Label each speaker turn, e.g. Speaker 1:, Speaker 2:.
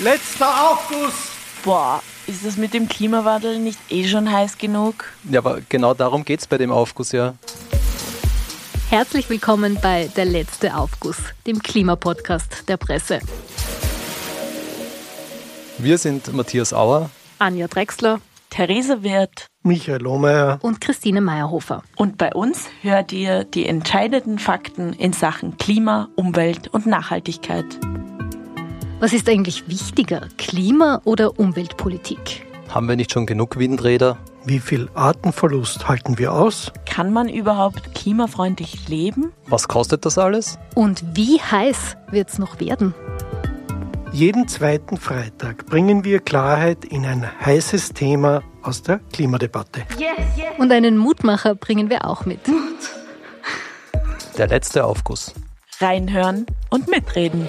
Speaker 1: Letzter Aufguss!
Speaker 2: Boah, ist das mit dem Klimawandel nicht eh schon heiß genug?
Speaker 3: Ja, aber genau darum geht's bei dem Aufguss ja.
Speaker 4: Herzlich willkommen bei Der letzte Aufguss, dem Klimapodcast der Presse.
Speaker 3: Wir sind Matthias Auer.
Speaker 4: Anja Drechsler
Speaker 2: Therese Wirth.
Speaker 5: Michael Lohmeier.
Speaker 4: und Christine Meierhofer.
Speaker 2: Und bei uns hört ihr die entscheidenden Fakten in Sachen Klima, Umwelt und Nachhaltigkeit.
Speaker 4: Was ist eigentlich wichtiger, Klima- oder Umweltpolitik?
Speaker 3: Haben wir nicht schon genug Windräder?
Speaker 5: Wie viel Artenverlust halten wir aus?
Speaker 2: Kann man überhaupt klimafreundlich leben?
Speaker 3: Was kostet das alles?
Speaker 4: Und wie heiß wird's noch werden?
Speaker 5: Jeden zweiten Freitag bringen wir Klarheit in ein heißes Thema aus der Klimadebatte.
Speaker 4: Und einen Mutmacher bringen wir auch mit.
Speaker 3: Der letzte Aufguss.
Speaker 2: Reinhören und mitreden.